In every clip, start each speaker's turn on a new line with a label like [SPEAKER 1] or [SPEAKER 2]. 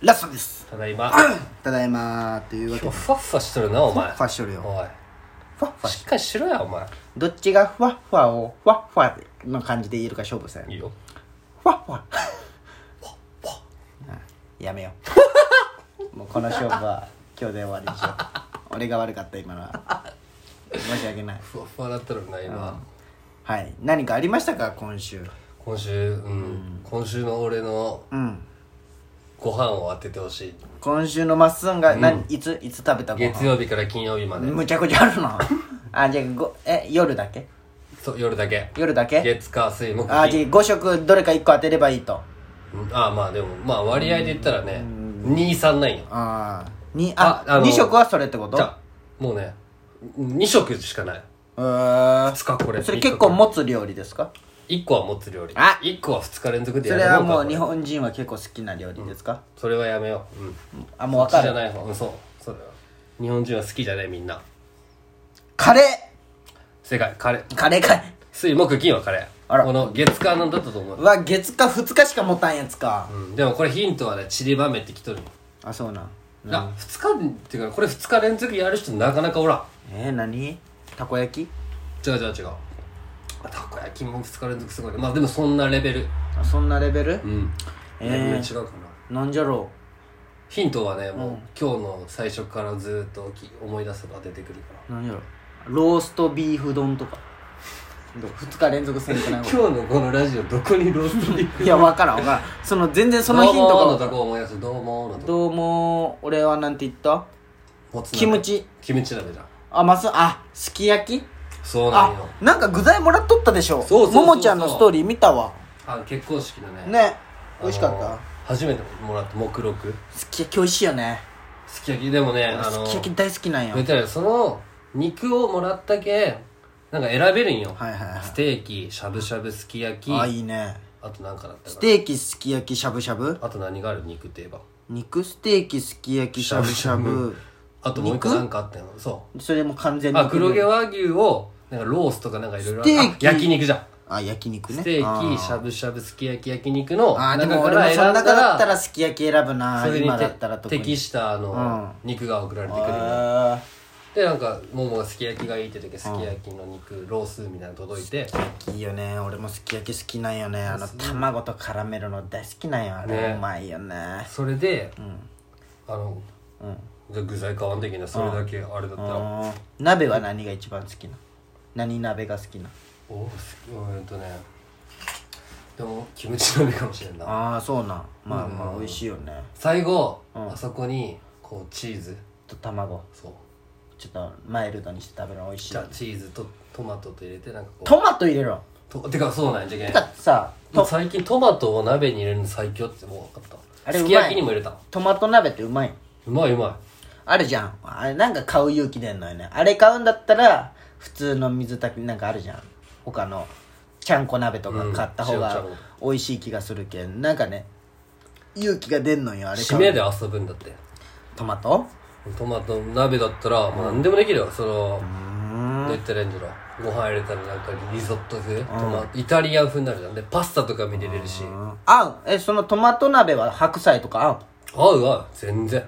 [SPEAKER 1] ラストです
[SPEAKER 2] ただ いま
[SPEAKER 1] ただいまーというわけ
[SPEAKER 2] 今
[SPEAKER 1] で
[SPEAKER 2] 日ふわっふわしとるなお前
[SPEAKER 1] ふわっふわしとるよ
[SPEAKER 2] おい
[SPEAKER 1] ふわっふわ
[SPEAKER 2] しっかりしろやお前
[SPEAKER 1] どっちがふわっふわをふわっふわの感じで言えるか勝負せん
[SPEAKER 2] いいよ
[SPEAKER 1] ふわっふわ うんやめよ うもうこの勝負は今日で終わりにしよう俺が悪かった今のは申し訳ない
[SPEAKER 2] ふわふわだったるな今
[SPEAKER 1] はい何かありましたか今週
[SPEAKER 2] 今週うん今週の俺の
[SPEAKER 1] うん
[SPEAKER 2] ご飯を当ててほしい
[SPEAKER 1] 今週のまっすんが何、いついつ食べたご飯
[SPEAKER 2] 月曜日から金曜日まで
[SPEAKER 1] むちゃくちゃあるのあじゃあごえ夜だけ
[SPEAKER 2] そう夜だけ
[SPEAKER 1] 夜だけ
[SPEAKER 2] 月火水木
[SPEAKER 1] あじゃ
[SPEAKER 2] 金
[SPEAKER 1] あ5食どれか1個当てればいいと
[SPEAKER 2] うんあまあでもまあ割合で言ったらね23なんよ
[SPEAKER 1] あーにあ
[SPEAKER 2] ああの
[SPEAKER 1] 2食はそれってこと
[SPEAKER 2] じゃあもうね2食しかない
[SPEAKER 1] えー
[SPEAKER 2] 2日これ
[SPEAKER 1] それ結構持つ料理ですか
[SPEAKER 2] 1個は持つ料理
[SPEAKER 1] あ
[SPEAKER 2] 1個は2日連続で
[SPEAKER 1] そ
[SPEAKER 2] や
[SPEAKER 1] れ
[SPEAKER 2] る
[SPEAKER 1] はもう
[SPEAKER 2] こ
[SPEAKER 1] 日本人は結構好きな料理ですか、
[SPEAKER 2] それはやめよううん
[SPEAKER 1] あもう分か
[SPEAKER 2] じゃ
[SPEAKER 1] る
[SPEAKER 2] ない方うんそうそうだよ日本人は好きじゃないみんな
[SPEAKER 1] カレ
[SPEAKER 2] 正解カレー
[SPEAKER 1] ーカレーかい
[SPEAKER 2] 水木金はカレー
[SPEAKER 1] あら
[SPEAKER 2] この月間なんだったと思
[SPEAKER 1] う
[SPEAKER 2] う、
[SPEAKER 1] わ月か2日しか持たんやつか、
[SPEAKER 2] うん、でもこれヒントはねちりばめてきとる
[SPEAKER 1] あそうなん
[SPEAKER 2] な2日っていうかこれ2日連続やる人なかなかおらん
[SPEAKER 1] えー、何たこ焼き
[SPEAKER 2] 違う違う違うたこ焼きも2日連続すごいねまあでもそんなレベル
[SPEAKER 1] あそんなレベル、
[SPEAKER 2] うん
[SPEAKER 1] えー
[SPEAKER 2] レベル違うかな
[SPEAKER 1] なんじゃろ
[SPEAKER 2] ヒントはねもう、今日の最初からずっとき思い出せば出てくるから
[SPEAKER 1] うなんじゃろうローストビーフ丼とか2日連続せんくない
[SPEAKER 2] 今日のこのラジオどこにローストビー フ
[SPEAKER 1] いや分からん分からんその全然そのヒント
[SPEAKER 2] どうもー
[SPEAKER 1] が
[SPEAKER 2] のとこ思い出すどうもーのとこ
[SPEAKER 1] どうも俺はなんて言った
[SPEAKER 2] もつ鍋
[SPEAKER 1] キムチ
[SPEAKER 2] キムチ鍋だ
[SPEAKER 1] あますあすき焼き
[SPEAKER 2] そうなんよ
[SPEAKER 1] あなんか具材もらっとったでしょ
[SPEAKER 2] そうそうそうそう
[SPEAKER 1] ももちゃんのストーリー見たわ
[SPEAKER 2] あ結婚式のね
[SPEAKER 1] ね
[SPEAKER 2] あのー
[SPEAKER 1] 美味しかった
[SPEAKER 2] 初めてもらった目録
[SPEAKER 1] すき焼き美味しいよね
[SPEAKER 2] すき焼きでもねあ
[SPEAKER 1] す
[SPEAKER 2] の
[SPEAKER 1] き焼き大好きなんよ
[SPEAKER 2] 言ったらその肉をもらったけなんか選べるんよ、
[SPEAKER 1] はいはいはい
[SPEAKER 2] ステーキしゃぶしゃぶすき焼き
[SPEAKER 1] あ
[SPEAKER 2] あ
[SPEAKER 1] いいね
[SPEAKER 2] となんかだった
[SPEAKER 1] ス
[SPEAKER 2] か
[SPEAKER 1] テーキすき焼きしゃぶしゃぶ
[SPEAKER 2] なあと何がある肉って言えば
[SPEAKER 1] 肉ステーキすき焼きしゃぶしゃぶ
[SPEAKER 2] あともう一個
[SPEAKER 1] 肉
[SPEAKER 2] なんかあったよそ
[SPEAKER 1] それも完全
[SPEAKER 2] う
[SPEAKER 1] に
[SPEAKER 2] あ黒毛和牛をなんかロースとかなんかいろいろあ
[SPEAKER 1] ステーキ
[SPEAKER 2] 焼肉じゃん
[SPEAKER 1] あ焼肉ね
[SPEAKER 2] ステ
[SPEAKER 1] あ
[SPEAKER 2] ーキしゃぶしゃぶすき焼き焼肉の
[SPEAKER 1] あーで
[SPEAKER 2] 中
[SPEAKER 1] も
[SPEAKER 2] か
[SPEAKER 1] 俺も
[SPEAKER 2] ら選ん
[SPEAKER 1] その
[SPEAKER 2] だ
[SPEAKER 1] 中だった
[SPEAKER 2] ら
[SPEAKER 1] らすき焼き選ぶな
[SPEAKER 2] それに
[SPEAKER 1] 今だったら
[SPEAKER 2] て
[SPEAKER 1] 特に
[SPEAKER 2] 適したあの肉が送られてくるんよ
[SPEAKER 1] あ
[SPEAKER 2] でなんかももがすき焼きがいいって時はすき焼きの肉ロースみたいなの届いて
[SPEAKER 1] ーいいよね俺もすき焼き好きなんよねあの卵と絡めるの大好きなんよあれ
[SPEAKER 2] ね
[SPEAKER 1] うまいよね
[SPEAKER 2] それであの
[SPEAKER 1] うん
[SPEAKER 2] じゃあ具材買わんといけないそれだけあれだったら
[SPEAKER 1] あー鍋は何が一番好きな何鍋が好きな
[SPEAKER 2] おすうんとねでもキムチ鍋かもしれんな
[SPEAKER 1] ああそうなんまあまあ美味しいよね
[SPEAKER 2] 最後
[SPEAKER 1] うん
[SPEAKER 2] あそこにこうチーズ
[SPEAKER 1] と卵
[SPEAKER 2] そう
[SPEAKER 1] ちょっとマイルドにして食べるの美味しい
[SPEAKER 2] じゃあチーズとトマトと入れてなんかこ
[SPEAKER 1] トマト入れろ
[SPEAKER 2] うとてかそうなんじゃけん
[SPEAKER 1] てかさ
[SPEAKER 2] もう
[SPEAKER 1] と
[SPEAKER 2] 最近トマトを鍋に入れるの最強ってもう分かった
[SPEAKER 1] あれう
[SPEAKER 2] す
[SPEAKER 1] まい
[SPEAKER 2] き焼きにも入れた
[SPEAKER 1] トマト鍋ってうまいう
[SPEAKER 2] まいうま
[SPEAKER 1] あるじゃんあれなんか買う勇気出んのよねあれ買うんだったら普通の水炊きなんかあるじゃん他のちゃんこ鍋とか買った方
[SPEAKER 2] う
[SPEAKER 1] が
[SPEAKER 2] ん塩ち
[SPEAKER 1] 美味しい気がするけんなんかね勇気が出んのよあ
[SPEAKER 2] い
[SPEAKER 1] れ
[SPEAKER 2] 締
[SPEAKER 1] 買
[SPEAKER 2] め
[SPEAKER 1] う
[SPEAKER 2] で遊ぶんだって
[SPEAKER 1] トマト
[SPEAKER 2] トマト鍋だったらもう何でもできるよそ
[SPEAKER 1] う
[SPEAKER 2] の
[SPEAKER 1] ーん
[SPEAKER 2] どう言ったらいいんだろうご飯入れたらなんかリゾット風トマイタリアン風になるじゃんでパスタとかも入れれるし
[SPEAKER 1] 合うえそのトマト鍋は白菜とか合う
[SPEAKER 2] 合う合う全然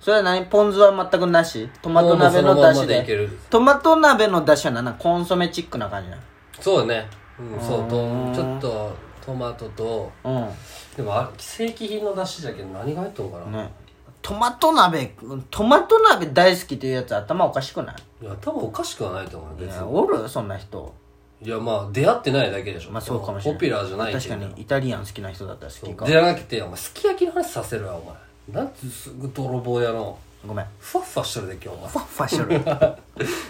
[SPEAKER 1] それは何ポン酢は全くなしトマト鍋の出
[SPEAKER 2] もうそのまんま
[SPEAKER 1] 汁
[SPEAKER 2] で
[SPEAKER 1] で
[SPEAKER 2] いける
[SPEAKER 1] トマト鍋の出汁はなんかコンソメチックな感じな
[SPEAKER 2] そうだねうんそうとちょっとトマトと
[SPEAKER 1] の
[SPEAKER 2] でもあれ正規品の出汁じゃけど何が入っとんか
[SPEAKER 1] うん
[SPEAKER 2] な、
[SPEAKER 1] ねトマト鍋トマト鍋大好きというやつ頭おかしくない
[SPEAKER 2] いや頭おかしくはないと思うよ
[SPEAKER 1] い
[SPEAKER 2] 別に
[SPEAKER 1] やおるそんな人
[SPEAKER 2] いやまあ出会ってないだけでしょ
[SPEAKER 1] まあそうかもしれない
[SPEAKER 2] ポピュラーじゃない
[SPEAKER 1] 確かにイタリアン好きな人だったら好きか
[SPEAKER 2] じゃなくてお前すき焼きの話させるわお前なんつうすぐ泥棒やの
[SPEAKER 1] ごめん
[SPEAKER 2] ふわっふわしとるで今日お前
[SPEAKER 1] ファッファしとる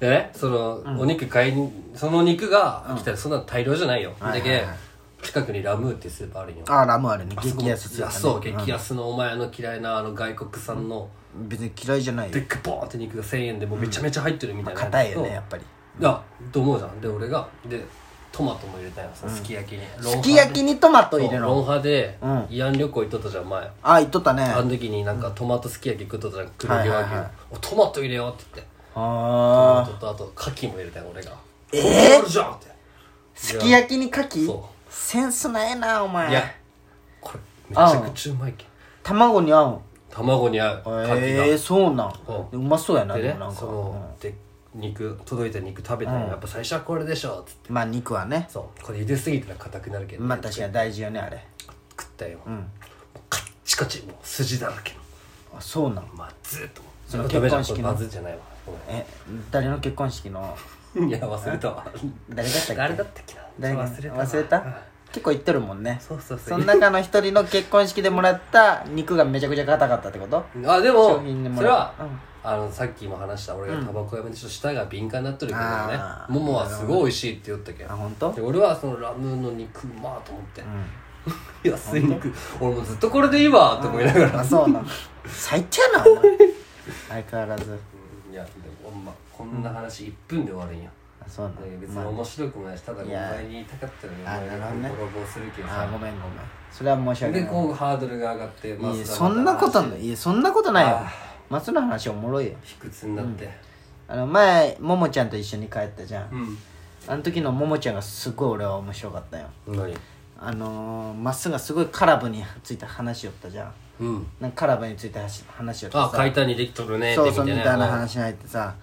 [SPEAKER 2] でねその、お肉買いにその肉が来たらそんな大量じゃないよ、
[SPEAKER 1] はい
[SPEAKER 2] だ
[SPEAKER 1] はいはい
[SPEAKER 2] け近くにラムーっていうスーパーあるんよ
[SPEAKER 1] あラムあるね
[SPEAKER 2] そこ
[SPEAKER 1] 激安
[SPEAKER 2] い
[SPEAKER 1] つ
[SPEAKER 2] やそう激安のお前の嫌いなあの外国産の、
[SPEAKER 1] 別に嫌いじゃない
[SPEAKER 2] で
[SPEAKER 1] よ
[SPEAKER 2] っかボーンって肉が1000円でもうめちゃめちゃ入ってるみたいなやつと、
[SPEAKER 1] 硬いよねやっぱり
[SPEAKER 2] いやと思うじゃんで俺がでトマトも入れたよさすき焼きに、ロンハー
[SPEAKER 1] すき焼きにトマト入れ
[SPEAKER 2] そうロン
[SPEAKER 1] ろ
[SPEAKER 2] ハーで
[SPEAKER 1] うん
[SPEAKER 2] 慰安旅行行っとったじゃん前
[SPEAKER 1] あ言っとったね
[SPEAKER 2] あの時になんかトマトすき焼き食っとったじゃん黒毛和
[SPEAKER 1] はい
[SPEAKER 2] 牛
[SPEAKER 1] はいはい
[SPEAKER 2] おトマト入れようって言ってト
[SPEAKER 1] ああ
[SPEAKER 2] マトとあと牡蠣も入れたよ俺が
[SPEAKER 1] えー
[SPEAKER 2] えるじゃんって
[SPEAKER 1] すき焼きに牡蠣
[SPEAKER 2] そ
[SPEAKER 1] センスないなお
[SPEAKER 2] いや
[SPEAKER 1] 前
[SPEAKER 2] これめちゃくちゃうまいけん
[SPEAKER 1] 卵に合う
[SPEAKER 2] 卵に合う感じが、
[SPEAKER 1] ええそうなんうまそうやな
[SPEAKER 2] で
[SPEAKER 1] でも
[SPEAKER 2] ね
[SPEAKER 1] なんか
[SPEAKER 2] その、で肉届いた肉食べたら、やっぱ最初はこれでしょっつって
[SPEAKER 1] まあ肉はね
[SPEAKER 2] そうこれ茹ですぎたら硬くなるけど、
[SPEAKER 1] まあ確かに大事よねあれ
[SPEAKER 2] 食ったよ、
[SPEAKER 1] うん
[SPEAKER 2] カッチカチもう筋だらけの
[SPEAKER 1] あそうなん
[SPEAKER 2] まずっと思って
[SPEAKER 1] その
[SPEAKER 2] ダメだ
[SPEAKER 1] 結婚式の
[SPEAKER 2] これまずいじゃないわご
[SPEAKER 1] え誰の結婚式の
[SPEAKER 2] めんいや忘れたわ
[SPEAKER 1] 誰だったっけ
[SPEAKER 2] 誰だったっけな
[SPEAKER 1] 誰が
[SPEAKER 2] 忘れたわ
[SPEAKER 1] 忘れ
[SPEAKER 2] うん
[SPEAKER 1] た結構言ってるもんね
[SPEAKER 2] そうそうそ
[SPEAKER 1] そ
[SPEAKER 2] う
[SPEAKER 1] の中の一人の結婚式でもらった肉がめちゃくちゃ硬かったってこと
[SPEAKER 2] あでも
[SPEAKER 1] 商品でも
[SPEAKER 2] それ
[SPEAKER 1] ら
[SPEAKER 2] は
[SPEAKER 1] う、うん
[SPEAKER 2] あのさっきも話した俺がタバコやめてちょっと舌が敏感になってるけどね
[SPEAKER 1] あー
[SPEAKER 2] ももはすごい美味しいって言ったけ
[SPEAKER 1] あ本当
[SPEAKER 2] で俺はそのラムの肉うまーと思って
[SPEAKER 1] う、ん
[SPEAKER 2] 安い肉俺もずっとこれでいいわって思いながら、
[SPEAKER 1] あそうなん最低やな お前相変わらず
[SPEAKER 2] いやでもほんまこんな話1分で終わるんや、
[SPEAKER 1] あそうなん
[SPEAKER 2] だけど別に面白くもないしただお前に言いたかった
[SPEAKER 1] や
[SPEAKER 2] らお前
[SPEAKER 1] あなるほど
[SPEAKER 2] が
[SPEAKER 1] ね
[SPEAKER 2] ボロボロするけど
[SPEAKER 1] あ
[SPEAKER 2] さ
[SPEAKER 1] ごめんごめんそれは申し訳
[SPEAKER 2] で
[SPEAKER 1] ない
[SPEAKER 2] こうハードルが上がって
[SPEAKER 1] いや
[SPEAKER 2] ス
[SPEAKER 1] そんなことないいやそんなことないよ
[SPEAKER 2] あ
[SPEAKER 1] 松の話おもろいよ
[SPEAKER 2] 卑屈になって
[SPEAKER 1] あの前ももちゃんと一緒に帰ったじゃん
[SPEAKER 2] うん、
[SPEAKER 1] あの時のももちゃんがすごい俺は面白かったよ
[SPEAKER 2] 何
[SPEAKER 1] あのー、まっすぐがすごいカラブについて話しよったじゃん
[SPEAKER 2] うん
[SPEAKER 1] なんかカラブについて話し話しよって
[SPEAKER 2] あ
[SPEAKER 1] さ
[SPEAKER 2] 解体にできとるね
[SPEAKER 1] そうそうみ
[SPEAKER 2] ね
[SPEAKER 1] たいな話に入ってさ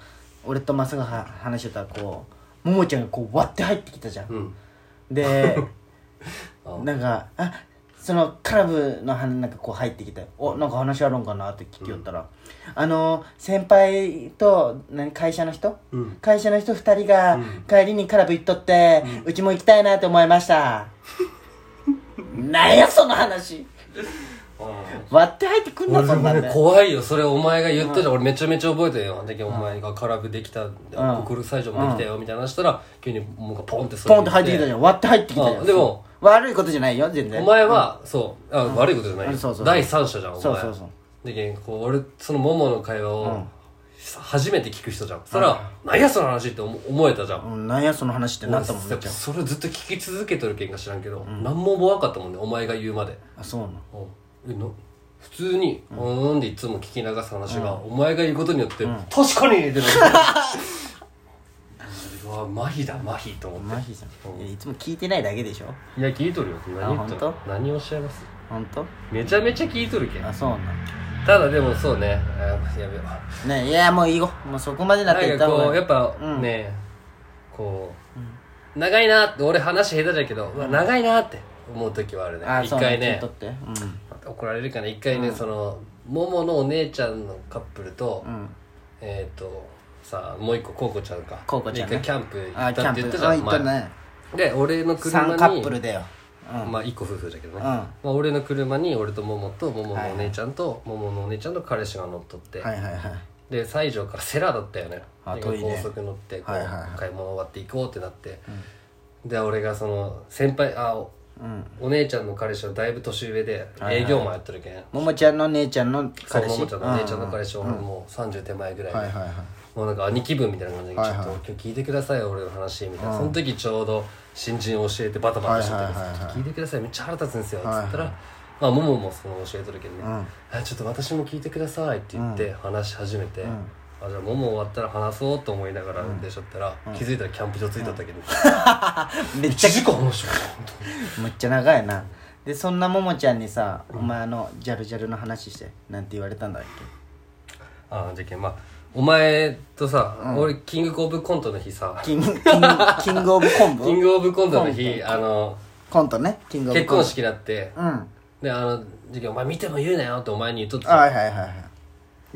[SPEAKER 1] 俺とまっすぐがは話しよったらこうももちゃんがこう割って入ってきたじゃん、
[SPEAKER 2] うん
[SPEAKER 1] で
[SPEAKER 2] あ
[SPEAKER 1] なんかあそのカラブの話なんかこう入ってきて「おなんか話あるんかな?」って聞きよったら、あの先輩と何会社の人、
[SPEAKER 2] うん
[SPEAKER 1] 会社の人2人が
[SPEAKER 2] うん
[SPEAKER 1] 帰りにカラブ行っとって、うちも行きたいなって思いました なんやその話割って入ってくんなそんなん
[SPEAKER 2] 俺
[SPEAKER 1] で
[SPEAKER 2] ね怖いよそれお前が言ったじゃん俺めちゃめちゃ覚えてるよあの時お前が空振できた送る最上もできたよみたいな話したら急にもうポンってそれ
[SPEAKER 1] ポンって入ってきたじゃん割って入ってきたじゃん
[SPEAKER 2] あでも
[SPEAKER 1] 悪いことじゃないよ全然
[SPEAKER 2] お前は、そうあ悪いことじゃないよ、
[SPEAKER 1] うんそうそうそう
[SPEAKER 2] 第三者じゃんお前
[SPEAKER 1] そうそうそう
[SPEAKER 2] でけんこう俺そのモモの会話を、初めて聞く人じゃんそしたら「何やその話」って思思えたじゃん、
[SPEAKER 1] うん、なんやその話ってなったもんね
[SPEAKER 2] 俺やっぱそれずっと聞き続けとるけんか知らんけど、何も思わんかったもんねお前が言うまで
[SPEAKER 1] あそうなの
[SPEAKER 2] うんえな普通に「うーん」でいつも聞き流す話が、お前が言うことによって「確かに!」ってな るうわ麻痺だ麻痺と思って
[SPEAKER 1] マヒさんいやいつも聞いてないだけでしょ
[SPEAKER 2] いや聞いとるよ何言っと
[SPEAKER 1] あ
[SPEAKER 2] る何をおっしゃいます
[SPEAKER 1] 本当
[SPEAKER 2] めちゃめちゃ聞いとるけん
[SPEAKER 1] あそうなの
[SPEAKER 2] ただでもそうねあーやべえわ
[SPEAKER 1] ねいやもういいよもうそこまでなって
[SPEAKER 2] なんかこうや
[SPEAKER 1] っ
[SPEAKER 2] っぱ
[SPEAKER 1] うん
[SPEAKER 2] ね、こう、長いなって俺話下手だけど、うわ長いなって思う時はあるね一回ね
[SPEAKER 1] とってう
[SPEAKER 2] 怒られるかな一回ね、そのもものお姉ちゃんのカップルと、
[SPEAKER 1] んうん
[SPEAKER 2] えっ、とさあもう一個コウコちゃんか
[SPEAKER 1] コウコちゃんね
[SPEAKER 2] で一回キャンプ行
[SPEAKER 1] あ
[SPEAKER 2] っ
[SPEAKER 1] キ
[SPEAKER 2] た
[SPEAKER 1] ャ
[SPEAKER 2] って言
[SPEAKER 1] ン
[SPEAKER 2] った
[SPEAKER 1] プ
[SPEAKER 2] じゃ
[SPEAKER 1] あ
[SPEAKER 2] ん
[SPEAKER 1] 行ったね
[SPEAKER 2] 前で俺の車に
[SPEAKER 1] 3カップルだようん
[SPEAKER 2] まあ一個夫婦だけどね、
[SPEAKER 1] うん
[SPEAKER 2] まあ、俺の車に俺とモモとモモのお姉ちゃんと、モモのお姉ちゃんと彼氏が乗っとって、
[SPEAKER 1] はいはいはい
[SPEAKER 2] で西条から世良だったよね
[SPEAKER 1] あ
[SPEAKER 2] で
[SPEAKER 1] 遠いね
[SPEAKER 2] 高速乗ってこう、
[SPEAKER 1] はいはいはい
[SPEAKER 2] 買い物終わって行こうってなって、で俺がその先輩あお
[SPEAKER 1] うん
[SPEAKER 2] お姉ちゃんの彼氏はだいぶ年上で営業マンやってるけん、
[SPEAKER 1] ももちゃんの姉ちゃんの
[SPEAKER 2] そう
[SPEAKER 1] 彼氏
[SPEAKER 2] ももちゃんのお姉ちゃんの彼氏はもう30手前ぐらいで、
[SPEAKER 1] はいはいはい
[SPEAKER 2] もうなんか兄貴分みたいな感じで「
[SPEAKER 1] はいはい
[SPEAKER 2] ちょっと今日聞いてくださいよ俺の話」みたいな、その時ちょうど新人を教えてバタバタしてたんです
[SPEAKER 1] はいはいはいはい
[SPEAKER 2] 聞いてくださいめっちゃ腹立つんですよ」っつったら、
[SPEAKER 1] はい
[SPEAKER 2] まあもももその教えとるけどね、
[SPEAKER 1] ん
[SPEAKER 2] あちょっと私も聞いてください」って言って話し始めて、あじゃあもも終わったら話そうと思いながら運転しとったら、気づいたらキャンプ場着いとったけど、
[SPEAKER 1] めっ
[SPEAKER 2] 1
[SPEAKER 1] ちゃ
[SPEAKER 2] 時間話しとった本当に
[SPEAKER 1] めっちゃ長いなでそんなももちゃんにさお前あのジャルジャルの話してなんて言われたんだっ
[SPEAKER 2] あじゃけんまあお前とさ、俺キングオブコントの日さ
[SPEAKER 1] けキンキンキングオブコン
[SPEAKER 2] キン
[SPEAKER 1] ブ
[SPEAKER 2] グオブコントの日あの
[SPEAKER 1] コントねキングオブ
[SPEAKER 2] 結
[SPEAKER 1] コン
[SPEAKER 2] 婚
[SPEAKER 1] ト
[SPEAKER 2] 式だって、
[SPEAKER 1] うん
[SPEAKER 2] であの時期お前見ても言うなよってお前に言っとって
[SPEAKER 1] あは
[SPEAKER 2] た
[SPEAKER 1] いはいはいはい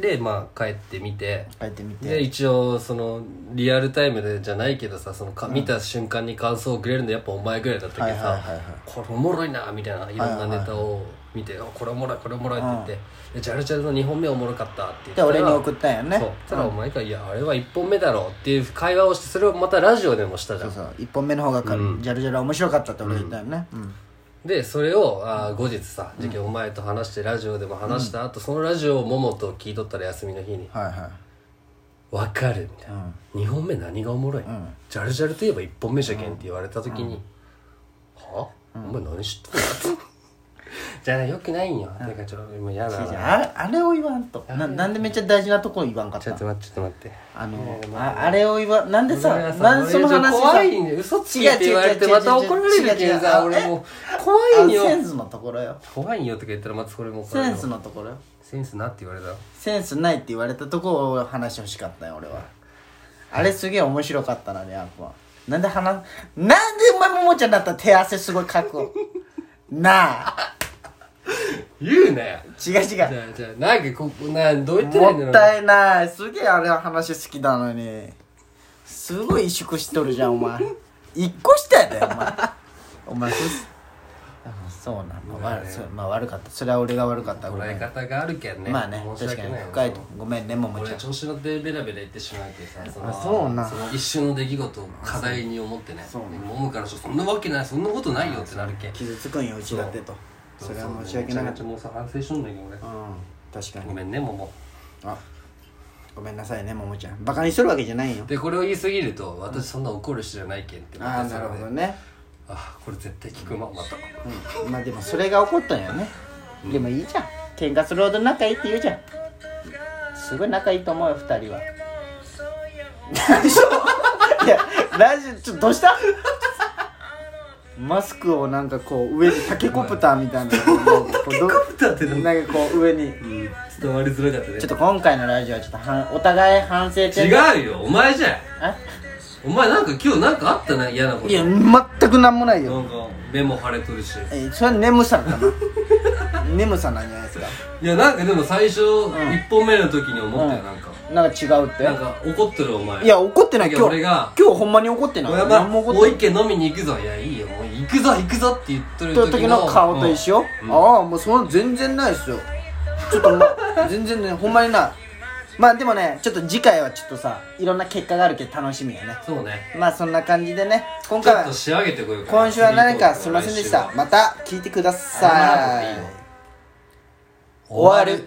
[SPEAKER 2] でまあ帰ってみて
[SPEAKER 1] 帰ってみて
[SPEAKER 2] で一応そのリアルタイムでじゃないけどさそのか、見た瞬間に感想をくれるのやっぱお前ぐらいだったけどさ、
[SPEAKER 1] はいはいはいはい
[SPEAKER 2] これおもろいなみたいないろんなネタを見て、あこれおもろいこれおもろいって言って、でジャルジャルの2本目おもろかったって言
[SPEAKER 1] で
[SPEAKER 2] ったら
[SPEAKER 1] 俺に送ったんやね
[SPEAKER 2] そうそしたらお前が「いやあれは1本目だろ」っていう会話をしてそれをまたラジオでもしたじゃ
[SPEAKER 1] そ
[SPEAKER 2] ん
[SPEAKER 1] うそう1本目の方がか、ジャルジャル面白かったって俺言ったよねうん、
[SPEAKER 2] でそれをあー後日さ事件お前と話してラジオでも話した後、そのラジオをももと聞いとったら休みの日に
[SPEAKER 1] はいはい
[SPEAKER 2] 「わかる」みたいな「2本目何がおもろい、ジャルジャルといえば1本目じゃけん」って言われた時に「はあ、お前何知ってんの? 」 じゃあよくないんよ、てかちょっと今嫌だ
[SPEAKER 1] じ
[SPEAKER 2] な
[SPEAKER 1] ゃあああれを言わんとななんでめっちゃ大事なところ言わんかっ
[SPEAKER 2] ちょ
[SPEAKER 1] た
[SPEAKER 2] っと待ってちょっと待って
[SPEAKER 1] あのああれを言わなんでさなんでその話さ
[SPEAKER 2] 怖いんよ嘘つきって言われてまた怒られるけんさ俺もう怖いん
[SPEAKER 1] あセ
[SPEAKER 2] よ
[SPEAKER 1] ンスのところよ
[SPEAKER 2] 怖いんよとか言ったらまたそれも怒られ
[SPEAKER 1] セ
[SPEAKER 2] る
[SPEAKER 1] ンスのところよ
[SPEAKER 2] センスなって言われたら
[SPEAKER 1] センスないって言われたとこを話してほしかったよ俺はあれすげえ面白かったなねあんこはなんで話なんでお前ももちゃんだったら手汗すごいかく なあ
[SPEAKER 2] 言うなよ
[SPEAKER 1] 違う違
[SPEAKER 2] じゃ
[SPEAKER 1] う
[SPEAKER 2] あじゃあなんかここなどう言ってないん
[SPEAKER 1] も
[SPEAKER 2] だろう
[SPEAKER 1] ったいないすげえあれは話好きなのにすごい萎縮しとるじゃんお前一個下やでお前お前そあそうなの、まあ悪そうまあ、悪かったそれは俺が悪かったご
[SPEAKER 2] 捉
[SPEAKER 1] め
[SPEAKER 2] え
[SPEAKER 1] ん
[SPEAKER 2] 方があるけんね
[SPEAKER 1] まあね
[SPEAKER 2] 申し
[SPEAKER 1] 確
[SPEAKER 2] 訳
[SPEAKER 1] か
[SPEAKER 2] ない
[SPEAKER 1] に
[SPEAKER 2] よ
[SPEAKER 1] 深いごめんねももち
[SPEAKER 2] 俺
[SPEAKER 1] ゃん
[SPEAKER 2] 調子乗ってベラベラ言ってしまうけどさその
[SPEAKER 1] あそうなん
[SPEAKER 2] その一瞬の出来事を課題に思ってね
[SPEAKER 1] そうなん
[SPEAKER 2] ももからしたらそんなわけないそんなことないよってなるけん
[SPEAKER 1] 傷つくんようちだってとそれは申し訳なかっ
[SPEAKER 2] ち
[SPEAKER 1] た
[SPEAKER 2] ゃめちゃもうさ反省しとんだけど
[SPEAKER 1] う
[SPEAKER 2] 俺
[SPEAKER 1] ん確か
[SPEAKER 2] ご
[SPEAKER 1] に
[SPEAKER 2] めんねもも
[SPEAKER 1] あごめんなさいねももちゃんバカにするわけじゃないよ
[SPEAKER 2] でこれを言い過ぎると私そんな怒る人じゃないけんって
[SPEAKER 1] ああ
[SPEAKER 2] また
[SPEAKER 1] な
[SPEAKER 2] さ
[SPEAKER 1] るほどね
[SPEAKER 2] あこれ絶対聞くままた
[SPEAKER 1] うんまあでもそれが起こったんやねでもいいじゃん喧嘩するほど仲いいって言うじゃんすごい仲いいと思うよ二人は 何しょいやラジオちょっとどうしたマスクをなんかこう上にタケコプターみたいなタケコプ
[SPEAKER 2] ターってなん
[SPEAKER 1] なんかこう上に
[SPEAKER 2] 伝わりづらかったね
[SPEAKER 1] ちょっと今回のラジオはちょっとはんお互い反省点う
[SPEAKER 2] 違うよお前じゃんお前なんか今日なんかあったね嫌なこと
[SPEAKER 1] いや全くなんもない
[SPEAKER 2] な
[SPEAKER 1] よ、
[SPEAKER 2] んか目も腫れとるし
[SPEAKER 1] えそれは眠さかな 眠さなんじゃないですか
[SPEAKER 2] いやなんかでも最初1本目の時に思ったよなんか
[SPEAKER 1] なんか違うって
[SPEAKER 2] なんか怒ってるお前
[SPEAKER 1] いや怒ってない
[SPEAKER 2] いや
[SPEAKER 1] 今日
[SPEAKER 2] 俺が
[SPEAKER 1] 今日ほんまに怒ってない
[SPEAKER 2] 俺はまあ
[SPEAKER 1] 何も
[SPEAKER 2] も
[SPEAKER 1] 怒
[SPEAKER 2] う
[SPEAKER 1] っ
[SPEAKER 2] 一
[SPEAKER 1] て
[SPEAKER 2] 軒飲みに行くぞいやいいよもう行くぞ行くぞって言っとる
[SPEAKER 1] ない時の顔と一緒、
[SPEAKER 2] うん
[SPEAKER 1] ああもうその全然ないっすよちょっともう全然ねほんまに ないまあでもねちょっと次回はちょっとさいろんな結果があるけど楽しみやね
[SPEAKER 2] うんそうね
[SPEAKER 1] まあそんな感じでね今
[SPEAKER 2] ちょ
[SPEAKER 1] 回
[SPEAKER 2] っ
[SPEAKER 1] は
[SPEAKER 2] と仕上げてこようかな
[SPEAKER 1] 今週は何かすいませんでし
[SPEAKER 2] 来週
[SPEAKER 1] た
[SPEAKER 2] は
[SPEAKER 1] また聞いてくださ
[SPEAKER 2] あら
[SPEAKER 1] い
[SPEAKER 2] いいよ
[SPEAKER 1] 終わる